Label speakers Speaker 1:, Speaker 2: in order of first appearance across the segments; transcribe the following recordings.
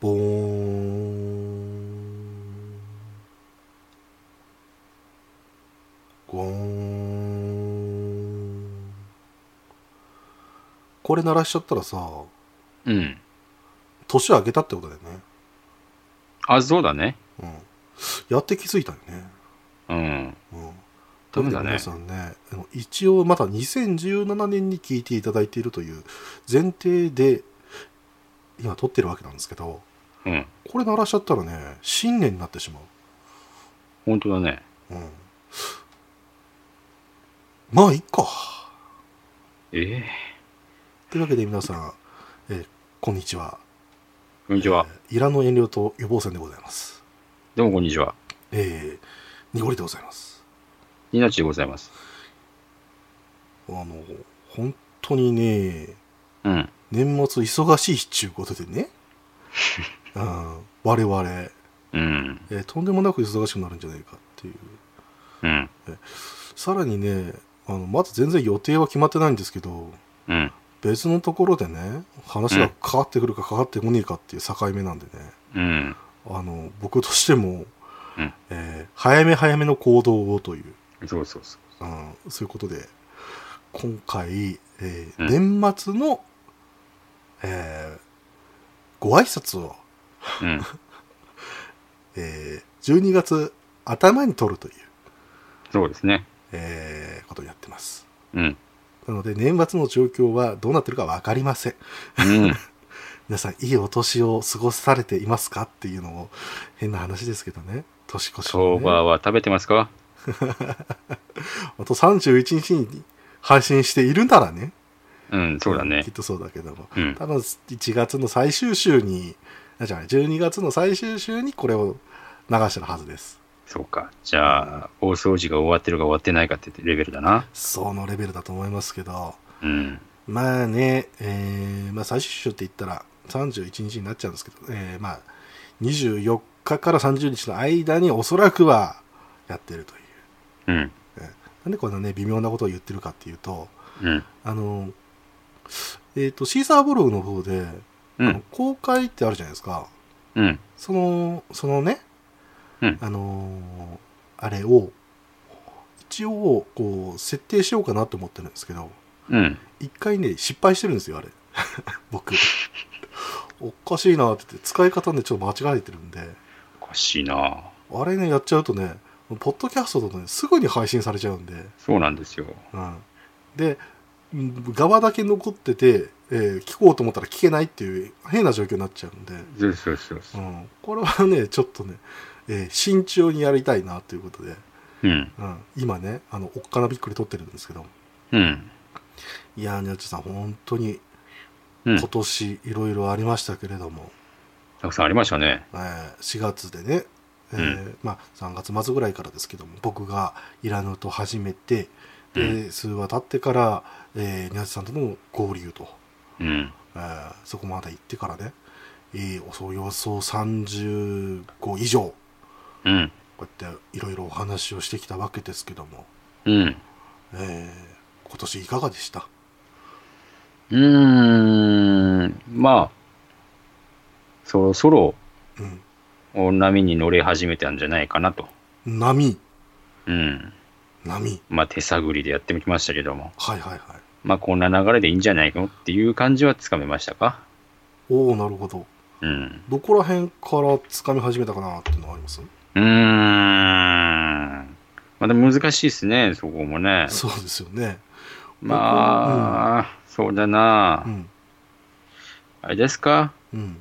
Speaker 1: ボーンゴーンこれ鳴らしちゃったらさ
Speaker 2: うん。
Speaker 1: 年明けたってことだよね、
Speaker 2: あ、そうだね。
Speaker 1: うん、やって気づいたよね、
Speaker 2: うん。
Speaker 1: うん、
Speaker 2: ダメだ
Speaker 1: というわけ
Speaker 2: ね
Speaker 1: で皆さんねあの一応まだ2017年に聞いていただいているという前提で今撮ってるわけなんですけど
Speaker 2: うん。
Speaker 1: これ鳴らしちゃったらね新年になってしまう
Speaker 2: 本当だね。
Speaker 1: うんまあいっか
Speaker 2: ええ
Speaker 1: というわけで皆さん、えーこんにちは
Speaker 2: こんにちは。
Speaker 1: えーイランの遠慮と予防線でございます
Speaker 2: どうもこんにちは。
Speaker 1: えー、濁りでございます
Speaker 2: ニナッチでございます。
Speaker 1: あの本当にね
Speaker 2: うん。
Speaker 1: 年末忙しいっちゅうことでね、うん、我々、え
Speaker 2: うん。
Speaker 1: ーとんでもなく忙しくなるんじゃないかっていう
Speaker 2: うん。
Speaker 1: さらにねあのまず全然予定は決まってないんですけど
Speaker 2: うん。
Speaker 1: 別のところでね話がかかってくるかかかってこねえかっていう境目なんでね、
Speaker 2: うん。
Speaker 1: あの僕としても、
Speaker 2: うん
Speaker 1: えー早め早めの行動をという、
Speaker 2: そうそうそう。
Speaker 1: うん、そういうことで今回、えー
Speaker 2: う
Speaker 1: 年末の、えーご挨拶を、
Speaker 2: うん。
Speaker 1: えー12月頭に取るという、
Speaker 2: そうですね。
Speaker 1: えーことをやってます
Speaker 2: うん。
Speaker 1: なので年末の状況はどうなってるか分かりません
Speaker 2: うん。
Speaker 1: 皆さんいいお年を過ごされていますかっていうのも変な話ですけどね年越し
Speaker 2: 相
Speaker 1: のね
Speaker 2: 場は食べてますか
Speaker 1: あと31日に配信しているならね
Speaker 2: うん、そうだね
Speaker 1: きっ。とそうだけども
Speaker 2: うん。
Speaker 1: 多分1月の最終週にあじゃあ12月の最終週にこれを流してるはずです
Speaker 2: そうか。じゃあ、大掃除が終わってるか終わってないかってレベルだな。
Speaker 1: そのレベルだと思いますけど
Speaker 2: うん。
Speaker 1: まあね、えーまあ、最終週って言ったら31日になっちゃうんですけど、えーまあ、24日から30日の間におそらくはやってるという
Speaker 2: うん。
Speaker 1: なんでこんなね微妙なことを言ってるかっていうと
Speaker 2: うん。
Speaker 1: あのえっ、とシーサーブログの方で、
Speaker 2: う
Speaker 1: あの
Speaker 2: ん。
Speaker 1: 公開ってあるじゃないですか
Speaker 2: うん。
Speaker 1: そのそのね、
Speaker 2: うん
Speaker 1: あのあれを一応こう設定しようかなと思ってるんですけど
Speaker 2: うん。
Speaker 1: 一回ね失敗してるんですよあれ 僕おかしいなって言って使い方ねちょっと間違えてるんで
Speaker 2: おかしいな。
Speaker 1: あれねやっちゃうとねポッドキャストだとねすぐに配信されちゃうんで
Speaker 2: そうなんですよ。
Speaker 1: うん、でうん側だけ残ってて、えー聞こうと思ったら聞けないっていう変な状況になっちゃうんで、
Speaker 2: そうそうそう
Speaker 1: う
Speaker 2: そ
Speaker 1: ん、これはねちょっとね、えー慎重にやりたいなということで、
Speaker 2: う。うん。
Speaker 1: うん、今ねあのおっかなびっくり撮ってるんですけど
Speaker 2: うん。
Speaker 1: いやーにゃっちさん本当に
Speaker 2: うん
Speaker 1: 今。年いろいろありましたけれども、
Speaker 2: たくさんありましたね。
Speaker 1: えー4月でね、えーまあ、3月末ぐらいからですけども僕がイラヌと始めてで、数話経ってから、えー、にゃっちさんとの合流と。
Speaker 2: うん。
Speaker 1: えーそこまで行ってからね、えーおよそ35以上
Speaker 2: うん。
Speaker 1: こうやっていろいろお話をしてきたわけですけども、
Speaker 2: うん。
Speaker 1: えー今年いかがでした
Speaker 2: うーん。まあ、そろそろ
Speaker 1: う
Speaker 2: 波に乗れ始めたんじゃないかなと。
Speaker 1: ん波
Speaker 2: うん。
Speaker 1: 波
Speaker 2: まあ、手探りでやってみましたけども。
Speaker 1: はいはいはい
Speaker 2: まあ、こんな流れでいいんじゃないのっていう感じはつかめましたか。
Speaker 1: おおなるほど
Speaker 2: うん。
Speaker 1: どこら辺からつかみ始めたかなっていうのはあります
Speaker 2: うーん。まだ難しいですね、そこもね。
Speaker 1: そうですよね
Speaker 2: まあ、そうだ
Speaker 1: う
Speaker 2: な。
Speaker 1: ん
Speaker 2: あれですか
Speaker 1: うん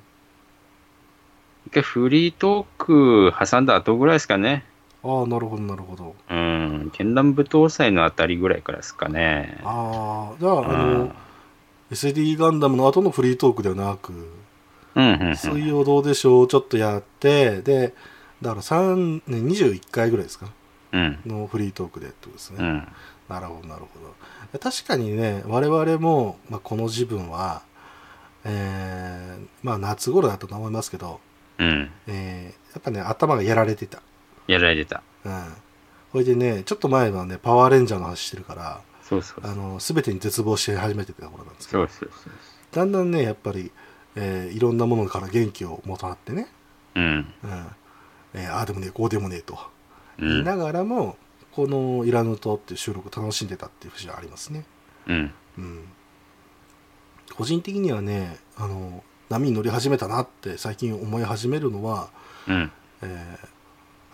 Speaker 2: 一回フリートーク挟んだ後ぐらいですかね。
Speaker 1: ああなるほどなるほど
Speaker 2: うん。絢爛舞踏祭のあたりぐらいからですかね。
Speaker 1: ああじゃあ
Speaker 2: うん
Speaker 1: あの SD ガンダムの後のフリートークではなく
Speaker 2: うんうんうん
Speaker 1: 水曜どうでしょうちょっとやってでだから3ね21回ぐらいですか
Speaker 2: うん。
Speaker 1: のフリートークでってことですね、
Speaker 2: うん。
Speaker 1: なるほどなるほど確かにね我々も、まあ、この時分はえーまあ夏頃だったと思いますけど、
Speaker 2: うん。
Speaker 1: えーやっぱね頭がやられてた
Speaker 2: やられてた。
Speaker 1: うんほいでねちょっと前はねパワーレンジャーの話してるから
Speaker 2: そうそう
Speaker 1: あ。の全てに絶望し始めてた頃なんですけど
Speaker 2: そうそうそう。
Speaker 1: だんだんねやっぱり、えーいろんなものから元気をもたらってね、
Speaker 2: うん。
Speaker 1: うんえーああでもねえこうでもねえと
Speaker 2: う
Speaker 1: 言い
Speaker 2: ん。
Speaker 1: ながらも、この「イラヌト」っていう収録楽しんでたっていう節はありますね。
Speaker 2: うん。
Speaker 1: うん、個人的にはねあの波に乗り始めたなって最近思い始めるのは、
Speaker 2: うん。
Speaker 1: えー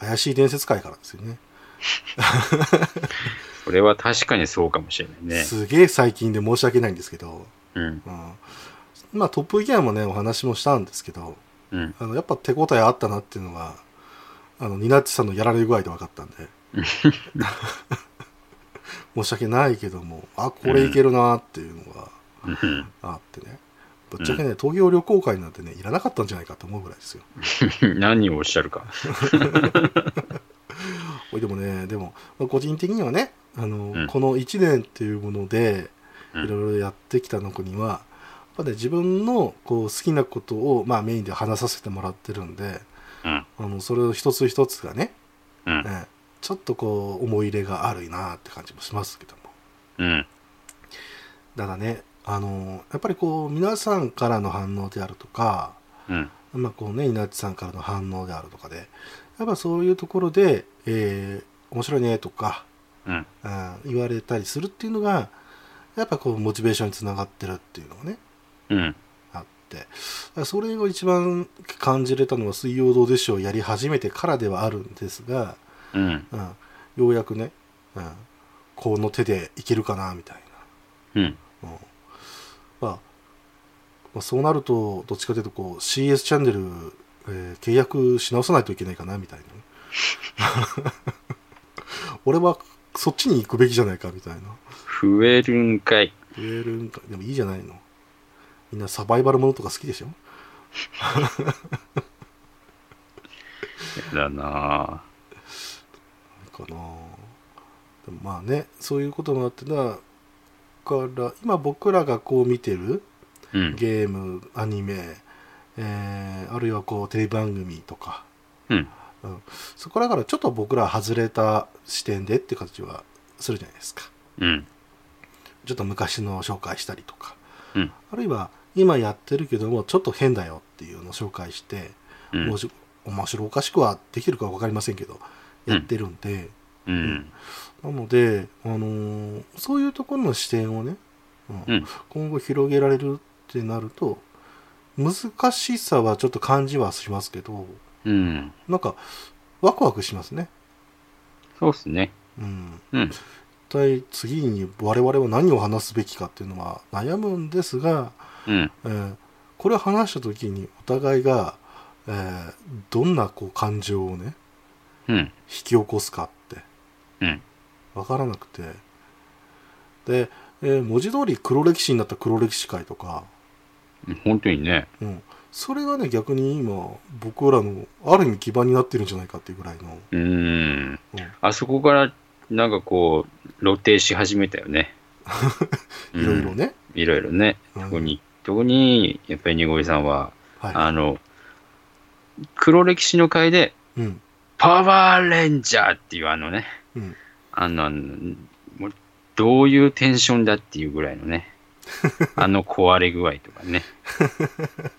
Speaker 1: 怪しい伝説界からですよね
Speaker 2: それは確かにそうかもしれないね。
Speaker 1: すげえ最近で申し訳ないんですけど、
Speaker 2: うん。
Speaker 1: うん、まあトップギアもねお話もしたんですけど
Speaker 2: うん。
Speaker 1: あのやっぱ手応えあったなっていうのがあのニナッチさんのやられ具合で分かったんで 申し訳ないけどもあこれいけるなっていうのが
Speaker 2: うん。
Speaker 1: あってねぶっちゃけね、東京旅行会なんてねいらなかったんじゃないかと思うぐらいですよ
Speaker 2: 何をおっしゃるか。
Speaker 1: これでもねでもまあ個人的にはねあの、
Speaker 2: うん
Speaker 1: この1年っていうものでい
Speaker 2: うん
Speaker 1: ろいろやってきたの子には、やっぱね自分のこう好きなことを、まあ、メインで話させてもらってるんで
Speaker 2: うん。
Speaker 1: あのそれを一つ一つがね、
Speaker 2: うん。
Speaker 1: ええちょっとこう思い入れがあるなって感じもしますけども
Speaker 2: うん。
Speaker 1: ただねあのやっぱりこう皆さんからの反応であるとか
Speaker 2: うん。
Speaker 1: まあこうね、稲地さんからの反応であるとかで、やっぱそういうところで、えー面白いねとか、
Speaker 2: うん。
Speaker 1: あー言われたりするっていうのが、やっぱこう、モチベーションにつながってるっていうのがね、
Speaker 2: うん。
Speaker 1: あって、だからそれを一番感じれたのは、水曜どうでしょうやり始めてからではあるんですが、
Speaker 2: うん。
Speaker 1: うん、ようやくね、うん、この手でいけるかな、みたいな。
Speaker 2: うん。
Speaker 1: うんまあ、まあそうなるとどっちかというとこう CS チャンネル、えー契約し直さないといけないかなみたいな 俺はそっちに行くべきじゃないかみたいな
Speaker 2: 増えるんかい。
Speaker 1: 言えるんかでもいいじゃないのみんなサバイバルものとか好きでしょ
Speaker 2: やだな
Speaker 1: かなでもまあねそういうこともあってだから今僕らがこう見てる
Speaker 2: ぁうん。
Speaker 1: ゲームアニメ、えーあるいはこうテレビ番組とか
Speaker 2: うん。
Speaker 1: うん、そこだからちょっと僕ら外れた視点でって形はするじゃないですか
Speaker 2: うん。
Speaker 1: ちょっと昔のを紹介したりとか
Speaker 2: うん。
Speaker 1: あるいは今やってるけどもちょっと変だよっていうのを紹介して、
Speaker 2: うん
Speaker 1: もうし面白おかしくはできてるか分かりませんけどやってるんで、
Speaker 2: うん。
Speaker 1: なので、あのーそういうところの視点をね、うん
Speaker 2: うん
Speaker 1: 今後広げられるってなると難しさはちょっと感じはしますけど
Speaker 2: うん。
Speaker 1: なんかワクワクしますね。
Speaker 2: そうっすね。
Speaker 1: うん
Speaker 2: うん。
Speaker 1: 一体次に我々は何を話すべきかっていうのは悩むんですが、
Speaker 2: うん。
Speaker 1: えーこれを話した時にお互いが、えーどんなこう感情をね
Speaker 2: うん。
Speaker 1: 引き起こすかって
Speaker 2: うん。
Speaker 1: 分からなくてで、えー文字通り黒歴史になった黒歴史会とか、
Speaker 2: 本当にね。
Speaker 1: うん、それがね逆に今僕らのある意味基盤になってるんじゃないかっていうぐらいの、
Speaker 2: うーん。
Speaker 1: うん。
Speaker 2: あそこから、なんかこう、露呈し始めたよね
Speaker 1: いろいろね、
Speaker 2: うん。いろいろね。
Speaker 1: うん
Speaker 2: 特に、特に、やっぱりにごりさんは、
Speaker 1: は
Speaker 2: あの、黒歴史の会で、
Speaker 1: い、うん
Speaker 2: パワーレンジャーっていうあのね、
Speaker 1: うん
Speaker 2: あの、あのもうどういうテンションだっていうぐらい のね、あの壊れ具合とかね、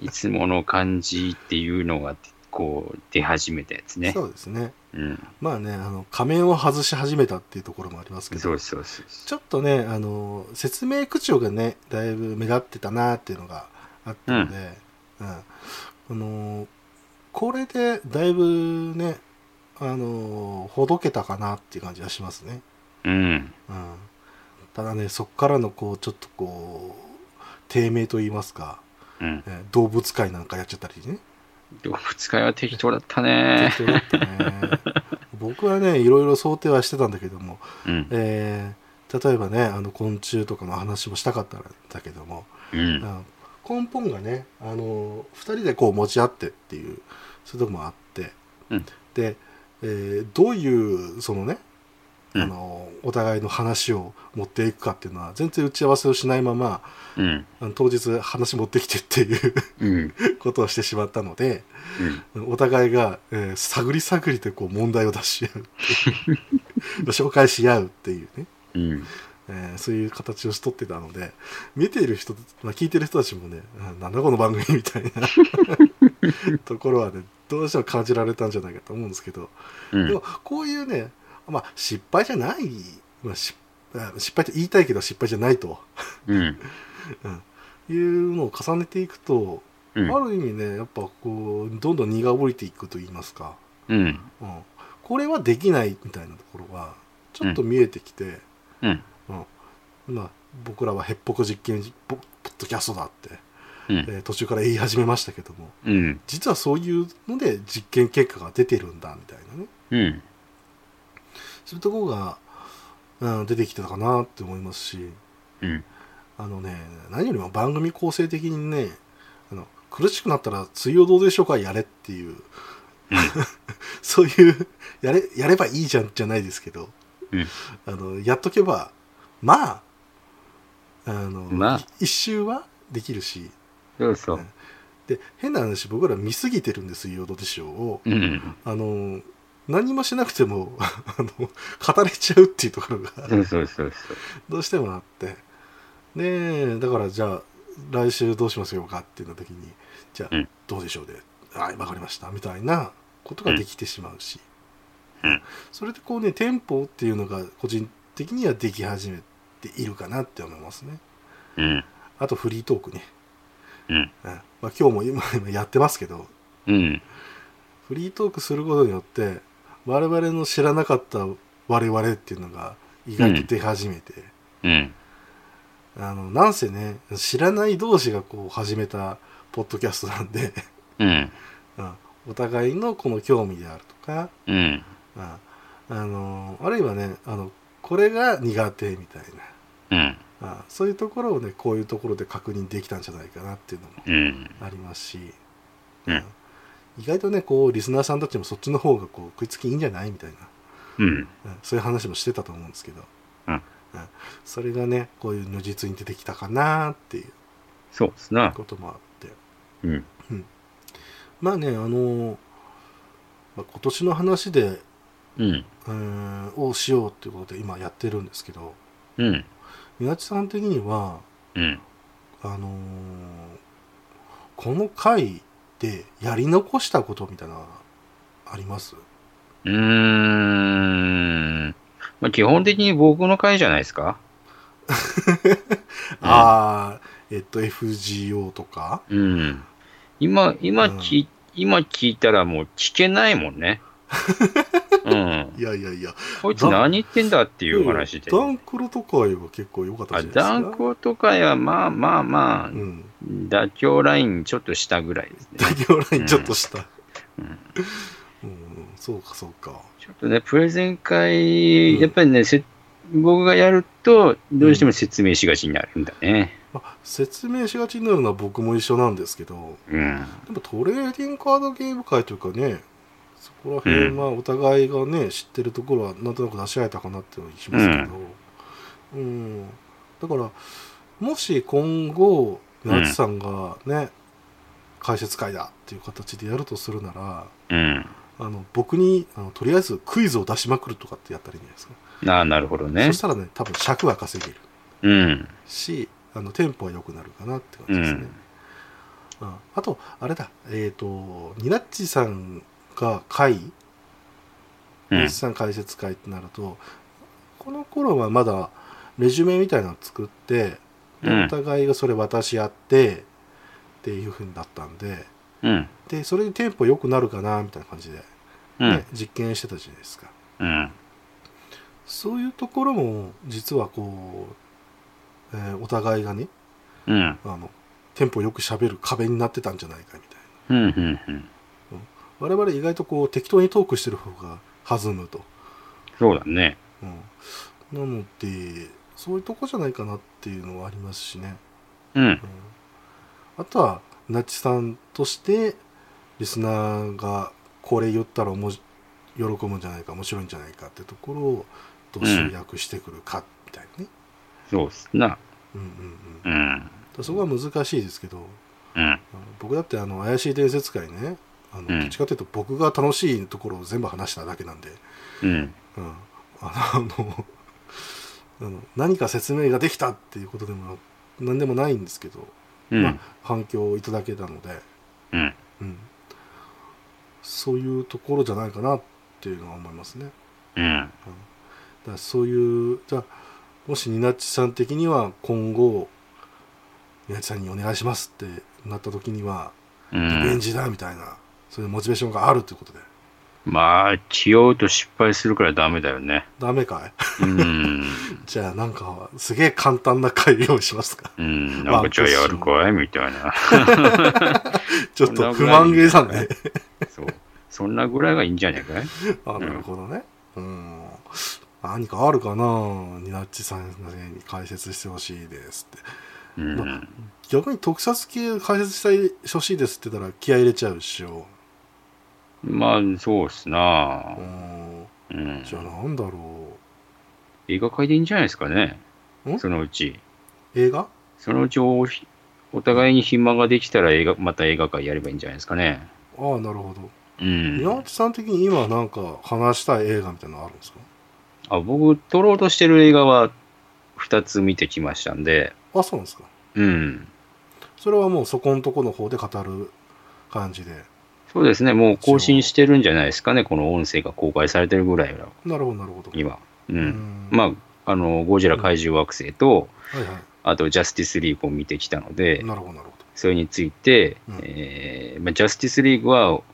Speaker 2: いつもの感じっていうのが、こう、出始めたやつね。
Speaker 1: そうですね
Speaker 2: うん。
Speaker 1: まあねあの仮面を外し始めたっていうところもありますけど
Speaker 2: そうそうそうそ
Speaker 1: ちょっとね、あの、説明口調がね、だいぶ目立ってたなっていうのがあったので、うん。あの、これでだいぶね、あの、ほどけたかなっていう感じがしますね。
Speaker 2: う。うん。
Speaker 1: うん。ただね、そっからのこう、ちょっとこう、低迷と言いますか、
Speaker 2: うん。
Speaker 1: え動物界なんかやっちゃったりね。
Speaker 2: 動物界は適当だったね。
Speaker 1: 適当だった ね僕はね、いろいろ想定はしてたんだけども、
Speaker 2: うん。
Speaker 1: えー例えばね、あの昆虫とかの話もしたかったんだけども、
Speaker 2: うん。
Speaker 1: うん根本がね、あの2人でこう持ち合ってっていうそういうとこもあって、
Speaker 2: うん
Speaker 1: で、えーどういうそのね、
Speaker 2: うん
Speaker 1: あのお互いの話を持っていくかっていうのは全然打ち合わせをしないまま
Speaker 2: うん。
Speaker 1: あの当日話持ってきてっていう
Speaker 2: うん。
Speaker 1: ことをしてしまったので
Speaker 2: うん。
Speaker 1: お互いが、えー探り探 りでこう問題を出し合うっていう紹介し合うっていうね
Speaker 2: うん。
Speaker 1: えーそういう形をしとってたので見ている人、まあ、聞いてる人たちもねうんなんだこの番組みたい なところはねどうしても感じられたんじゃないかと思うんですけど、
Speaker 2: うん
Speaker 1: でもこういうね、まあ、失敗じゃない、まあ、失あ失敗と言いたいけど失敗じゃないと
Speaker 2: うん
Speaker 1: いうのを重ねていくと、
Speaker 2: うん
Speaker 1: ある意味ねやっぱこうどんどん荷が下りていくと言いますか、
Speaker 2: うん
Speaker 1: うん、これはできないみたいなところがちょっと見えてきて、
Speaker 2: うん
Speaker 1: まあ、僕らはへっぽこ実験ポポッドキャストだって、
Speaker 2: うん
Speaker 1: えー途中から言い始めましたけども
Speaker 2: うん
Speaker 1: 実はそういうので実験結果が出てるんだみたいなね
Speaker 2: うん
Speaker 1: そういうとこが、うん、出てきてたかなって思いますし
Speaker 2: うん
Speaker 1: あのね何よりも番組構成的にねあの苦しくなったら「水曜どうでしょうかやれ」っていう そういうやれやればいいじゃんじゃないですけど、
Speaker 2: うん
Speaker 1: あのやっとけばまああの、
Speaker 2: まあ
Speaker 1: い一周はできるし
Speaker 2: そうそう
Speaker 1: で変な話僕ら見すぎてるんです「水曜どうでしょう」を。
Speaker 2: うん
Speaker 1: あの何もしなくても あの語れちゃうっていうところが
Speaker 2: そうそうそうそう
Speaker 1: どうしてもあってでだからじゃあ来週どうしますよかってなった時にじゃあ、
Speaker 2: うん
Speaker 1: どうでしょうではい分かりましたみたいなことができてしまうし、
Speaker 2: うん
Speaker 1: それでこうねテンポっていうのが個人的にはでき始めているかなって思いますね
Speaker 2: うん
Speaker 1: あとフリートークね、
Speaker 2: うん
Speaker 1: うんまあ、今日も今今やってますけど
Speaker 2: うん
Speaker 1: フリートークすることによって我々の知らなかった我々っていうのが意外と出始めて、
Speaker 2: うん
Speaker 1: あのなんせね知らない同士がこう始めたポッドキャストなんで、
Speaker 2: うん
Speaker 1: うんお互いのこの興味であるとか、
Speaker 2: うん
Speaker 1: うんあのあるいはねあのこれが苦手みたい
Speaker 2: うん
Speaker 1: な、うんそういうところをねこういうところで確認できたんじゃないかなっていうのも
Speaker 2: うん
Speaker 1: ありますし、
Speaker 2: うん
Speaker 1: 意外とねこうリスナーさんたちもそっちの方がこう食いつきいいんじゃないみたいな。
Speaker 2: うん
Speaker 1: うんそういう話もしてたと思うんですけど、
Speaker 2: うん
Speaker 1: それがねこういう如実に出てきたかなっていう
Speaker 2: そうっすな
Speaker 1: こともあって
Speaker 2: うん
Speaker 1: まあねあのーまあ今年の話で、
Speaker 2: うん
Speaker 1: うーんをしようっていうことで今やってるんですけど
Speaker 2: うん
Speaker 1: 宮地さん的には
Speaker 2: うん
Speaker 1: あのーこの回でやり残したことみたいなのあります
Speaker 2: うーんまあ基本的に僕の会じゃないですか
Speaker 1: ああえっと FGO とか
Speaker 2: うん。今、今
Speaker 1: うん
Speaker 2: 聞い、今聞いたらもう聞けないもんね。うん。
Speaker 1: いやいやいや
Speaker 2: こいつ何言ってんだっていう話で。
Speaker 1: ダンクロとかは結構良かった
Speaker 2: あ
Speaker 1: じゃな
Speaker 2: ダ
Speaker 1: いですか
Speaker 2: ンコとかはまあまあまあ、
Speaker 1: うん
Speaker 2: 妥協ラインちょっと下ぐらいですね。
Speaker 1: 大行ラインちょっとした。
Speaker 2: う
Speaker 1: うんん、そうかそうか。
Speaker 2: ちょっとね、プレゼン
Speaker 1: うん
Speaker 2: 会、やっぱりね、せ僕がやると、どうしても説明しがちになるんだね。
Speaker 1: まあ、説明しがちになるのは僕も一緒なんですけど、
Speaker 2: うん。
Speaker 1: でもトレーディングカードゲーム会というかね、そこら辺
Speaker 2: うん
Speaker 1: まあお互いがね、知ってるところはなんとなく出し合えたかなっていうのにしますけど、うん、だから、もし今後、夏さんがね、解説会だっていう形でやるとするなら、
Speaker 2: うん。
Speaker 1: あの僕にあのとりあえずクイズを出しまくるとかってやったらいいんじゃないですか。
Speaker 2: ああ、なるほどね
Speaker 1: そし。たらね多分尺は稼げる
Speaker 2: うん。
Speaker 1: しあのテンポは良くなるかなって感じですね、うんあとあれだえっ、とニナッチさんが会ニ
Speaker 2: う
Speaker 1: ナ
Speaker 2: ん
Speaker 1: ッチ。さん解説会ってなると、この頃はまだレジュメみたいなのを作ってで
Speaker 2: うん
Speaker 1: お互いがそれ渡し合ってっていうふうになったんで
Speaker 2: うん。
Speaker 1: でそれでテンポ良くなるかなみたいな感じで、ね
Speaker 2: うん。
Speaker 1: 実験してたじゃないですか
Speaker 2: うん。
Speaker 1: そういうところも実はこう、えーお互いがね
Speaker 2: うん。
Speaker 1: あのテンポよく喋る壁になってたんじゃないかみたいな
Speaker 2: うん。うん。うん。
Speaker 1: 我々意外とこう適当にトークしてる方が弾むと、
Speaker 2: そうだね。
Speaker 1: うん、なのでそういうとこじゃないかなっていうのはありますしね、
Speaker 2: うん。
Speaker 1: うん、あとはナチさんとしてリスナーがこれ言ったらおもし喜ぶんじゃないか面白いんじゃないかってところをどう集約してくるかみたいなね、
Speaker 2: そうっすな。
Speaker 1: うんうんうんだか
Speaker 2: うん。
Speaker 1: らそこは難しいですけど
Speaker 2: うん。
Speaker 1: あの僕だってあの怪しい伝説会ねあの、
Speaker 2: うん
Speaker 1: どっちかというと僕が楽しいところを全部話しただけなんで、
Speaker 2: うん。
Speaker 1: うん、あのあのあの何か説明ができたっていうことでも何でもないんですけど、
Speaker 2: うん。
Speaker 1: まあ、反響をいただけたので、
Speaker 2: うん。
Speaker 1: うん、そういうところじゃないかなっていうのは思いますね。
Speaker 2: うん。
Speaker 1: だからそういうじゃあもしニナッチさん的には今後ニナッチさんにお願いしますってなった時には
Speaker 2: う
Speaker 1: リベン
Speaker 2: ん。
Speaker 1: ジだみたいな、そういうモチベーションがあるということで
Speaker 2: まあ、着ようと失敗するからダメだよね。
Speaker 1: ダメかい
Speaker 2: うん。
Speaker 1: じゃあなんかすげえ簡単な回用意します か
Speaker 2: うん。なんかじゃあやるかいみたいな。
Speaker 1: ちょっと不満げさね
Speaker 2: そう。そんなぐらいがいいんじゃないかい
Speaker 1: あなるほどねうん何かあるかなニナッチさんに解説してほしいですって
Speaker 2: うん。
Speaker 1: 逆に特撮系解説したいしてほしいですって言ったら気合い入れちゃうっしょ
Speaker 2: まあ、そうっすな
Speaker 1: う。ん
Speaker 2: うん。
Speaker 1: じゃあなんだろ
Speaker 2: 映画界でいいんじゃないですかね
Speaker 1: ん。
Speaker 2: そのうち。
Speaker 1: う映画
Speaker 2: そのうちお、お互いに暇ができたら映画、また映画界やればいいんじゃないですかね。
Speaker 1: ああなるほど
Speaker 2: う
Speaker 1: 宮
Speaker 2: ん。
Speaker 1: 内さん的に今なんか話したい映画みたいなのあるんですか
Speaker 2: あ僕、撮ろうとしてる映画は2つ見てきましたんで、
Speaker 1: あそうなんですか
Speaker 2: うん。
Speaker 1: それはもうそこのとこの方で語る感じで
Speaker 2: そうですね、もう更新してるんじゃないですかね、この音声が公開されてるぐらいは、
Speaker 1: なるほどなるほど
Speaker 2: 今。う。
Speaker 1: うんん
Speaker 2: まあ、あの、ゴジラ怪獣惑星と、
Speaker 1: はいはい
Speaker 2: あと、ジャスティスリーグを見てきたので、
Speaker 1: なるほどなるほ
Speaker 2: それについて、
Speaker 1: うん
Speaker 2: えーまあ、ジャスティスリーグはあ
Speaker 1: ど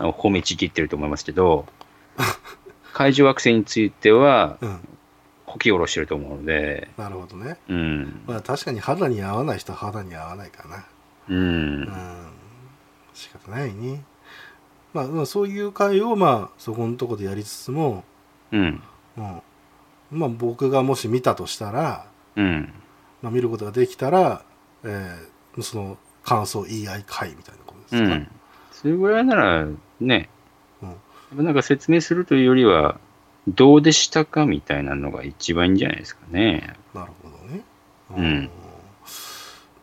Speaker 2: の褒めちぎってると思います けど、怪獣惑星については、
Speaker 1: うん、うん、
Speaker 2: こき下ろしてると思うので、
Speaker 1: なるほどね
Speaker 2: うん。
Speaker 1: まあ確かに肌に合わない人は肌に合わないかな
Speaker 2: うん
Speaker 1: う。ん仕方ないねまあまあそういう会をまあそこのとこでやりつつも、
Speaker 2: うん。
Speaker 1: うん、まあ僕がもし見たとしたら
Speaker 2: うん。
Speaker 1: まあ、見ることができたら、えーその感想言い合い会みたいなことですか、
Speaker 2: うん。それぐらいなら、ね、
Speaker 1: うん
Speaker 2: やっぱなんか説明するというよりは、どうでしたかみたいなのが一番いいんじゃないですかね。
Speaker 1: なるほどね。
Speaker 2: うん
Speaker 1: ま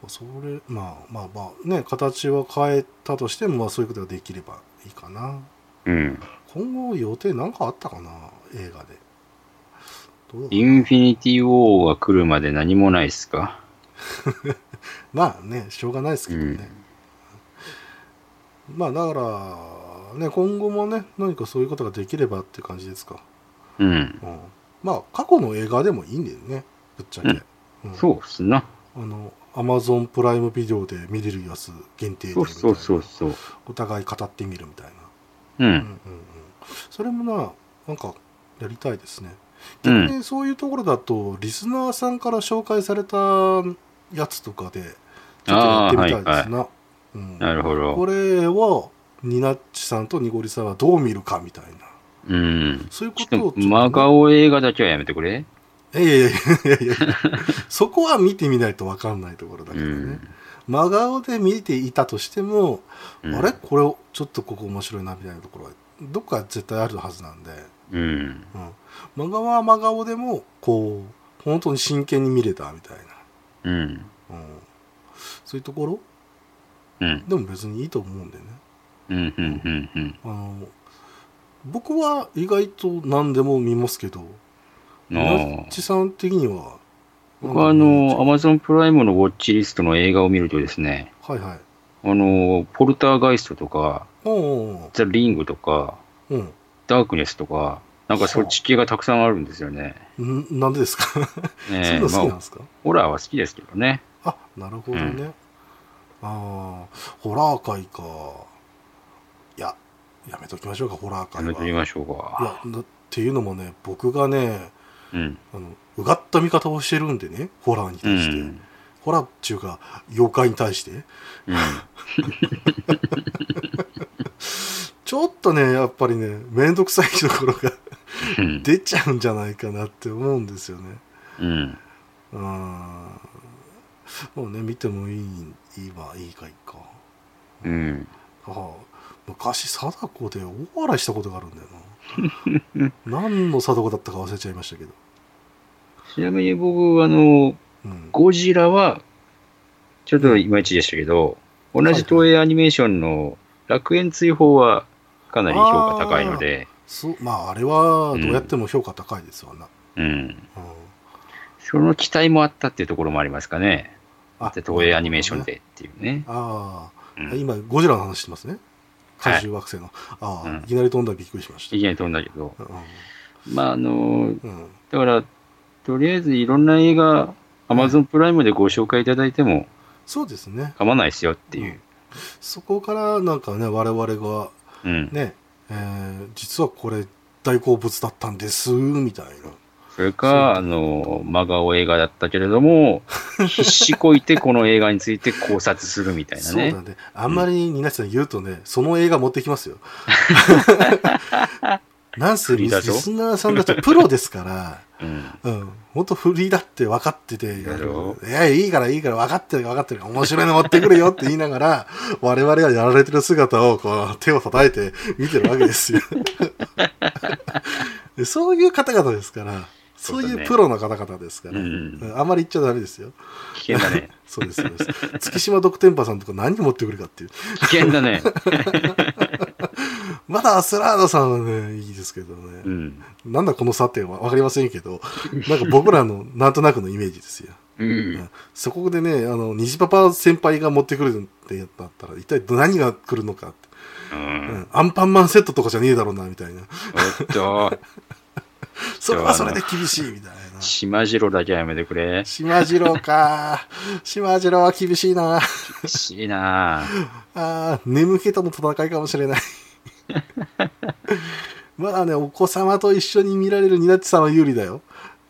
Speaker 1: あそれまあまあまあね形は変えたとしても、まあ、そういうことができればいいかな
Speaker 2: うん。
Speaker 1: 今後予定なんかあったかな映画でどうだろう
Speaker 2: インフィニティ・ウォーが来るまで何もないっすか
Speaker 1: まあねしょうがないですけどね、まあだからね今後もね何かそういうことができればっていう感じですか、
Speaker 2: うん。
Speaker 1: うん、まあ過去の映画でもいいんだよねぶっちゃけ、
Speaker 2: うん
Speaker 1: うん
Speaker 2: そうっすな。
Speaker 1: あの、アマゾンプライムビデオで見れるやつ限定でみた
Speaker 2: そ
Speaker 1: いうな
Speaker 2: そうそうそう。
Speaker 1: お互い語ってみるみたいな。うん
Speaker 2: うん。
Speaker 1: うんうん。それもな、なんかやりたいですね。
Speaker 2: う
Speaker 1: 逆
Speaker 2: ん。
Speaker 1: にそういうところだと、リスナーさんから紹介されたやつとかで、ちょっとやってみたいです
Speaker 2: あーはい
Speaker 1: な。うん
Speaker 2: なるほ
Speaker 1: こ
Speaker 2: ど。
Speaker 1: れを、ニナッチさんとニゴリさんはどう見るかみたいな。
Speaker 2: うん。
Speaker 1: そういうこ
Speaker 2: ち
Speaker 1: と
Speaker 2: ょ
Speaker 1: を
Speaker 2: っと真顔映画だけはやめてくれ。
Speaker 1: いやいやいやいやいやそこは見てみないと分かんないところだ
Speaker 2: う
Speaker 1: からね
Speaker 2: ん。。
Speaker 1: 真顔で見ていたとしても、
Speaker 2: うん
Speaker 1: あれこれちょっとここ面白いなみたいなところはどっか絶対あるはずなんで、
Speaker 2: うん。
Speaker 1: うん、真顔は真顔でもこう本当に真剣に見れたみたい
Speaker 2: う
Speaker 1: な、う
Speaker 2: ん。
Speaker 1: ん、そういうところ
Speaker 2: うん。
Speaker 1: でも別にいいと思うんでね
Speaker 2: うん。うん。うん。うん
Speaker 1: あの僕は意外と何でも見ますけど
Speaker 2: あー
Speaker 1: ナッチさん的には
Speaker 2: 僕はあの、アマゾンプライムのウォッチリストの映画を見るとですね、
Speaker 1: はいはい
Speaker 2: あの、ポルターガイストとか、
Speaker 1: おう
Speaker 2: ザ・リングとか、
Speaker 1: おうおう
Speaker 2: ダークネスとか、なんかそっち系がたくさんあるんですよね。
Speaker 1: うんんなんでですか、 そうい
Speaker 2: え
Speaker 1: う
Speaker 2: え
Speaker 1: の好き
Speaker 2: ま
Speaker 1: なん
Speaker 2: あ
Speaker 1: で、すか、
Speaker 2: ホラーは好きですけどね。
Speaker 1: あなるほどね、
Speaker 2: う
Speaker 1: ああホラー界かいややめときましょうかホラー
Speaker 2: や
Speaker 1: 界
Speaker 2: め
Speaker 1: は
Speaker 2: てみましょうか。
Speaker 1: いやだっていうのもね僕がね
Speaker 2: うん。
Speaker 1: あのうがった見方をしてるんでねホラーに
Speaker 2: う
Speaker 1: 対して、
Speaker 2: ん。
Speaker 1: ホラーっていうか妖怪に対して
Speaker 2: うん。
Speaker 1: ちょっとねやっぱりね面倒くさいところ が
Speaker 2: うん
Speaker 1: 出ちゃうんじゃないかなって思うんですよね
Speaker 2: うん。
Speaker 1: うんもうね見てもいい今いいかいか
Speaker 2: うん。
Speaker 1: ああ昔貞子で大笑いしたことがあるんだよ な何の貞子だったか忘れちゃいましたけど、
Speaker 2: ちなみに僕、あの、
Speaker 1: うん、
Speaker 2: ゴジラは、ちょっといまいちでしたけど、同じ東映アニメーションの楽園追放はかなり評価高いので、
Speaker 1: そうまああれはどうやっても評価高いですわな、
Speaker 2: うん。
Speaker 1: うん
Speaker 2: その期待もあったっていうところもありますかね。
Speaker 1: あ
Speaker 2: で東映アニメーションでっていうね。
Speaker 1: ああ、
Speaker 2: うん
Speaker 1: 今、ゴジラの話してますね。
Speaker 2: はい
Speaker 1: 怪獣惑星の。ああ、
Speaker 2: うん
Speaker 1: いきなり飛んだらびっくりしまし
Speaker 2: いきなり飛んだけど。
Speaker 1: た。うん
Speaker 2: まあ、あの、
Speaker 1: うん、
Speaker 2: だから、とりあえずいろんな映画、Amazon プライムでご紹介いただいても
Speaker 1: そうですね。
Speaker 2: 構わないですよって
Speaker 1: う
Speaker 2: い
Speaker 1: ん
Speaker 2: う。
Speaker 1: そこからなんかね、我々が
Speaker 2: うん。
Speaker 1: ね、えー実はこれ大好物だったんです、みたいな。
Speaker 2: それか、あの、真顔映画だったけれど も、必死こいてこの映画について考察するみたいな
Speaker 1: そう
Speaker 2: ね
Speaker 1: だ。ね。あんまりニナちゃん言うとね、その映画持ってき ますよ。なんせ
Speaker 2: フリ
Speaker 1: リ
Speaker 2: ーだぞ
Speaker 1: スナーさんたちはプロですから、
Speaker 2: うん。
Speaker 1: うん、ほんとフリーだって分かってて、い
Speaker 2: だろ
Speaker 1: や、いいからいいから分かってる分かってる面白いの持ってくれよって言いながら、我々がやられてる姿をこう手を叩いて見てるわけです よ。でそういう方々ですから、そう
Speaker 2: そう
Speaker 1: い
Speaker 2: だ
Speaker 1: う
Speaker 2: ね
Speaker 1: プロの方々ですか
Speaker 2: う。
Speaker 1: ら、うんんあんまり言っちゃダメですよ。
Speaker 2: 危険だね。
Speaker 1: そうです、そうです。月島独天パさんとか何持ってくるかっていう。
Speaker 2: 危険だ ね。
Speaker 1: まだアスラードさんはね、いいですけどね。
Speaker 2: うん。
Speaker 1: なんだこの差点は分かりませんけど、なんか僕らのなんとなくのイメージですよ。
Speaker 2: うん。
Speaker 1: そこでね、あの、虹パパ先輩が持ってくるってやったら、一体何が来るのかって、
Speaker 2: う
Speaker 1: うん
Speaker 2: ん。
Speaker 1: アンパンマンセットとかじゃねえだろうな、みたいな。
Speaker 2: おっと、
Speaker 1: それはそれで厳しい、みたいな。
Speaker 2: 島次郎だけはやめてくれ。
Speaker 1: 島次郎か。島次郎は厳しいな。
Speaker 2: 厳しいなぁ
Speaker 1: ああ、眠気との戦いかもしれ ない。まだね、お子様と一緒に見られるニナッチさんは有利だよ。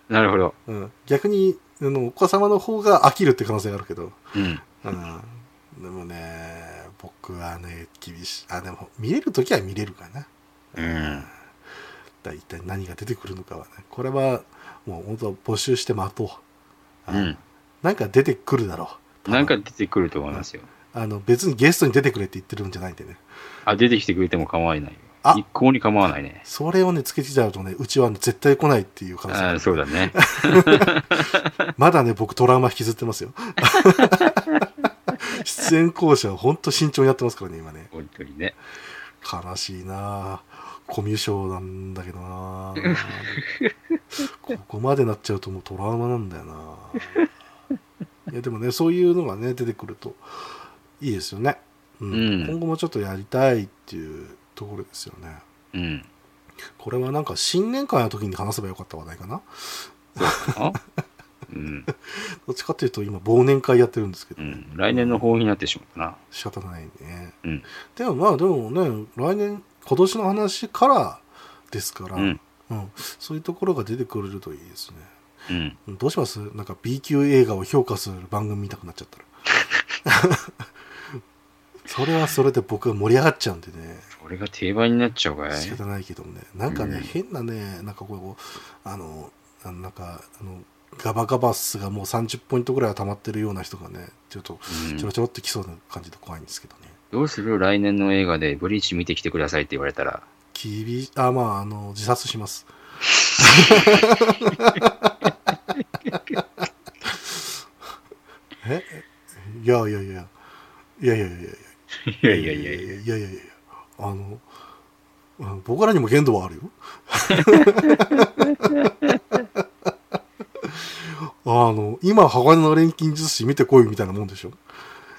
Speaker 2: なるほど。
Speaker 1: うん、逆にあの、お子様の方が飽きるって可能性があるけど。
Speaker 2: うん。
Speaker 1: うん、でもね、僕はね、厳しい。あ、でも、見れるときは見れるかな。
Speaker 2: うん。
Speaker 1: だ一体何が出てくるのかはね。これは、もう本当募集して待とう。あ
Speaker 2: うん。
Speaker 1: なんか出てくるだろう。
Speaker 2: なんか出てくると思いますよ。
Speaker 1: あの、別にゲストに出てくれって言ってるんじゃないんでね。
Speaker 2: あ、出てきてくれても構わないよ
Speaker 1: あ。
Speaker 2: 一向に構わないね。
Speaker 1: それをね、つけてちゃうとね、うちはね絶対来ないっていう可能性があ
Speaker 2: あ
Speaker 1: る
Speaker 2: ーそうだね。
Speaker 1: まだね、僕トラウマ引きずってますよ。 出演校舎は本当慎重にやってますからね、今ね。
Speaker 2: 本当にね。
Speaker 1: 悲しいなあコミュ障なんだけどなあここまでなっちゃうともうトラウマなんだよなあいやでもねそういうのがね出てくるといいですよね、うん
Speaker 2: うん
Speaker 1: 今後もちょっとやりたいっていうところですよね
Speaker 2: うん。
Speaker 1: これはなんか新年会の時に話せばよかった話題かな
Speaker 2: あうん。
Speaker 1: どっちかっていうと今忘年会やってるんですけど、
Speaker 2: う
Speaker 1: ね
Speaker 2: ん。来年の方になってしまったな。
Speaker 1: 仕方ないね、
Speaker 2: うん
Speaker 1: でもまあでもね来年今年の話からですから、
Speaker 2: うん。
Speaker 1: うんそういうところが出てくれるといいですね
Speaker 2: うん。
Speaker 1: うんどうしますなんか B 級映画を評価する番組見たくなっちゃったら それはそれで僕は盛り上がっちゃうんでね
Speaker 2: それが定番になっちゃうかい
Speaker 1: 仕方ないけどもねなんかね、
Speaker 2: うん
Speaker 1: 変なねなんかこうあのあのなんかあのガバガバスがもう30ポイントぐらいは溜まってるような人がねちょっと
Speaker 2: うん
Speaker 1: ちょろちょろってきそうな感じで怖いんですけどね、
Speaker 2: どうする来年の映画でブリーチ見てきてくださいって言われたら。
Speaker 1: 厳しあまああの自殺しますえいやいやいやいやいやいやい
Speaker 2: いや
Speaker 1: や
Speaker 2: いやいや
Speaker 1: い
Speaker 2: いや。
Speaker 1: やいやいやあのあ僕らにも限度はあるよ あの今鋼の錬金術師見てこいみたいなもんでしょ、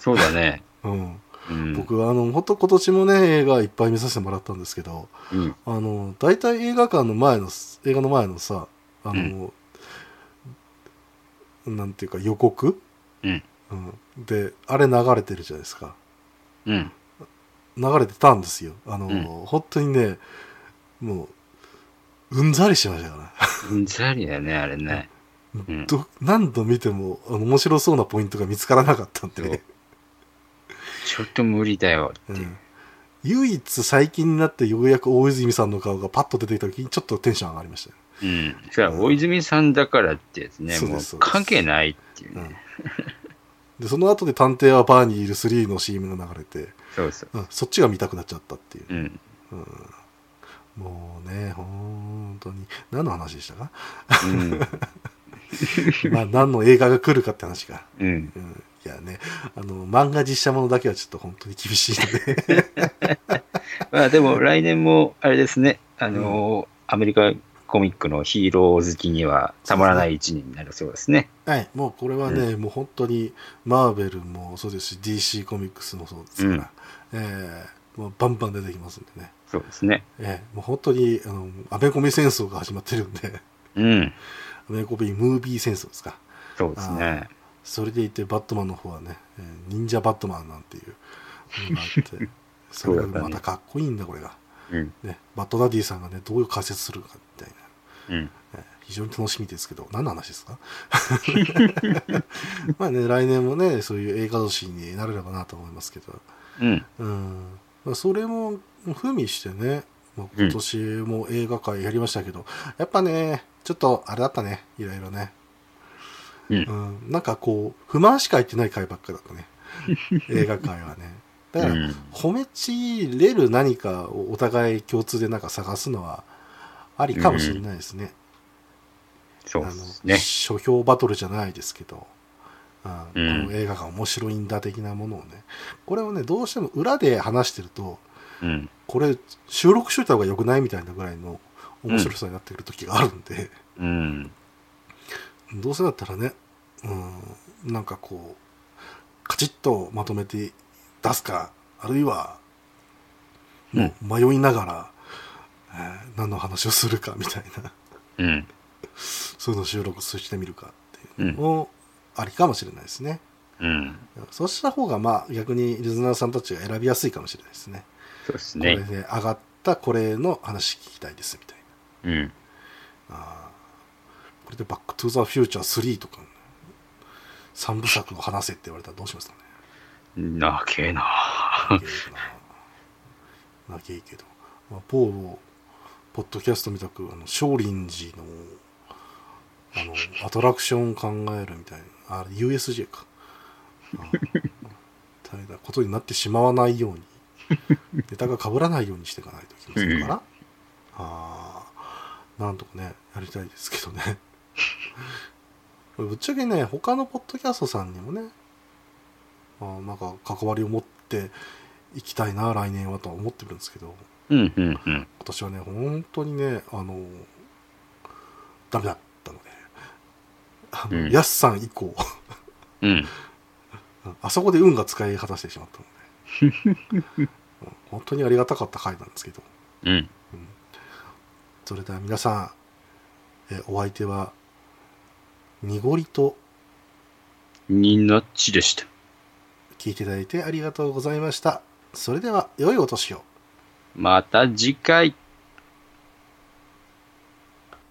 Speaker 2: そうだ ね。
Speaker 1: うん、
Speaker 2: うん。
Speaker 1: 僕はあの本当今年もね映画いっぱい見させてもらったんですけど、
Speaker 2: うん。
Speaker 1: あの、大体映画館の前の、映画の前のさ、あの、なんていうか予告、
Speaker 2: うん。
Speaker 1: うん、で、あれ流れてるじゃないですか。
Speaker 2: うん。
Speaker 1: 流れてたんですよ。あの、
Speaker 2: うん
Speaker 1: 本当にね、もう、うんざりしましたから。
Speaker 2: うんざりだよね、あれね。うん
Speaker 1: ど何度見てもあの面白そうなポイントが見つからなかったんで、ね
Speaker 2: ちょっと無理だよ
Speaker 1: う
Speaker 2: っていう。
Speaker 1: ん、唯一最近になってようやく大泉さんの顔がパッと出てきた時にちょっとテンション上がりましたよ、
Speaker 2: うん。それは大泉さんだからってやつね、
Speaker 1: そう
Speaker 2: も
Speaker 1: で
Speaker 2: う
Speaker 1: すそうです
Speaker 2: 関係ないっていう
Speaker 1: う
Speaker 2: ね
Speaker 1: ん。、でその後で「探偵はバーにいる3」の CM が流れて
Speaker 2: そうそ
Speaker 1: う
Speaker 2: う。
Speaker 1: んそっちが見たくなっちゃったっていう。
Speaker 2: うん。
Speaker 1: もうね、本当に。何の話でしたか
Speaker 2: うん。
Speaker 1: まあ、何の映画が来るかって話か。
Speaker 2: うん。
Speaker 1: うん、いやね、あの、漫画実写ものだけはちょっと本当に厳しいので。
Speaker 2: まあでも来年も、あれですね、あのーアメリカコミックのヒーロー好きにはたまらない一年になるそうですね。
Speaker 1: はい、もうこれはね、もう本当にマーベルもそうですし DC コミックスもそうですから、えーもうバンバン出てきますんでね、
Speaker 2: そうですね。
Speaker 1: えーもう本当にあのアメコミ戦争が始まってるんで
Speaker 2: うん。
Speaker 1: アメコミムービー戦争ですか
Speaker 2: そうですね。
Speaker 1: それでいてバットマンの方はね、えー忍者バットマンなんていうものがあ ってそれがまたかっこいいんだこれが、
Speaker 2: うん。
Speaker 1: ね、バットダディさんがねどういう解説するかみたいな
Speaker 2: うん。
Speaker 1: 非常に楽しみですけど、何の話ですか まあね、来年もね、そういう映画年になれればなと思いますけど、
Speaker 2: うん。
Speaker 1: うん。まあ、それも、踏みしてね、まあ、今年も映画界やりましたけど、やっぱね、ちょっとあれだったね、いろいろね。
Speaker 2: うん
Speaker 1: んなんかこう、不満しか言ってない回ばっかだった ね。映画界はね。だから、
Speaker 2: うん
Speaker 1: 褒めちれる何かをお互い共通でなんか探すのは、ありかもしれないですね。
Speaker 2: そう
Speaker 1: あ
Speaker 2: で
Speaker 1: の
Speaker 2: すね。
Speaker 1: 書評バトルじゃないですけど、あ
Speaker 2: うん
Speaker 1: この映画が面白いんだ的なものをねこれをねどうしても裏で話してると
Speaker 2: うん。
Speaker 1: これ収録しといた方が良くないみたいなぐらいの面白さになってくる時があるんで、
Speaker 2: うん。
Speaker 1: どうせだったらね、うん、なんかこうカチッとまとめて出すかあるいはもう迷いながら、えー何の話をするかみたいな
Speaker 2: うん。
Speaker 1: そういうのを収録してみるかって
Speaker 2: う
Speaker 1: いうの
Speaker 2: ん。
Speaker 1: もありかもしれないですね。
Speaker 2: うん。
Speaker 1: そうした方が、まあ、逆にリズナーさんたちが選びやすいかもしれないですね。
Speaker 2: そうです
Speaker 1: こ
Speaker 2: ね。
Speaker 1: れで上がったこれの話聞きたいですみたい
Speaker 2: うん。
Speaker 1: な。あーこれでバックトゥーザフューチャー3とか、三部作を話せって言われたらどうしますかね。
Speaker 2: なけえな。
Speaker 1: なげえな。なげえけど。まあ、某ポッドキャストみたく、あの、少林寺の、あの、アトラクションを考えるみたいな、あ、USJ か。あ大変なことになってしまわないように、ネタが被らないようにしていかないといけませんから、
Speaker 2: う
Speaker 1: ああー、なんとかね、やりたいですけどね。 これぶっちゃけね、他のポッドキャストさんにもね、あーなんか関わりを持っていきたいな、来年はとは思ってるんですけど、
Speaker 2: うん。うん。うん。
Speaker 1: 今年はね、本当にね、あの、ダメだったので、あの、
Speaker 2: うん
Speaker 1: ヤスさん以降、
Speaker 2: うん。
Speaker 1: あそこで運が使い果たしてしまったの で、うん本当にありがたかった回なんですけど、
Speaker 2: うん。
Speaker 1: それでは皆さん、えお相手は、濁りと
Speaker 2: になっちでした。
Speaker 1: 聞いていただいてありがとうございました。それでは、良いお年を。
Speaker 2: また次回。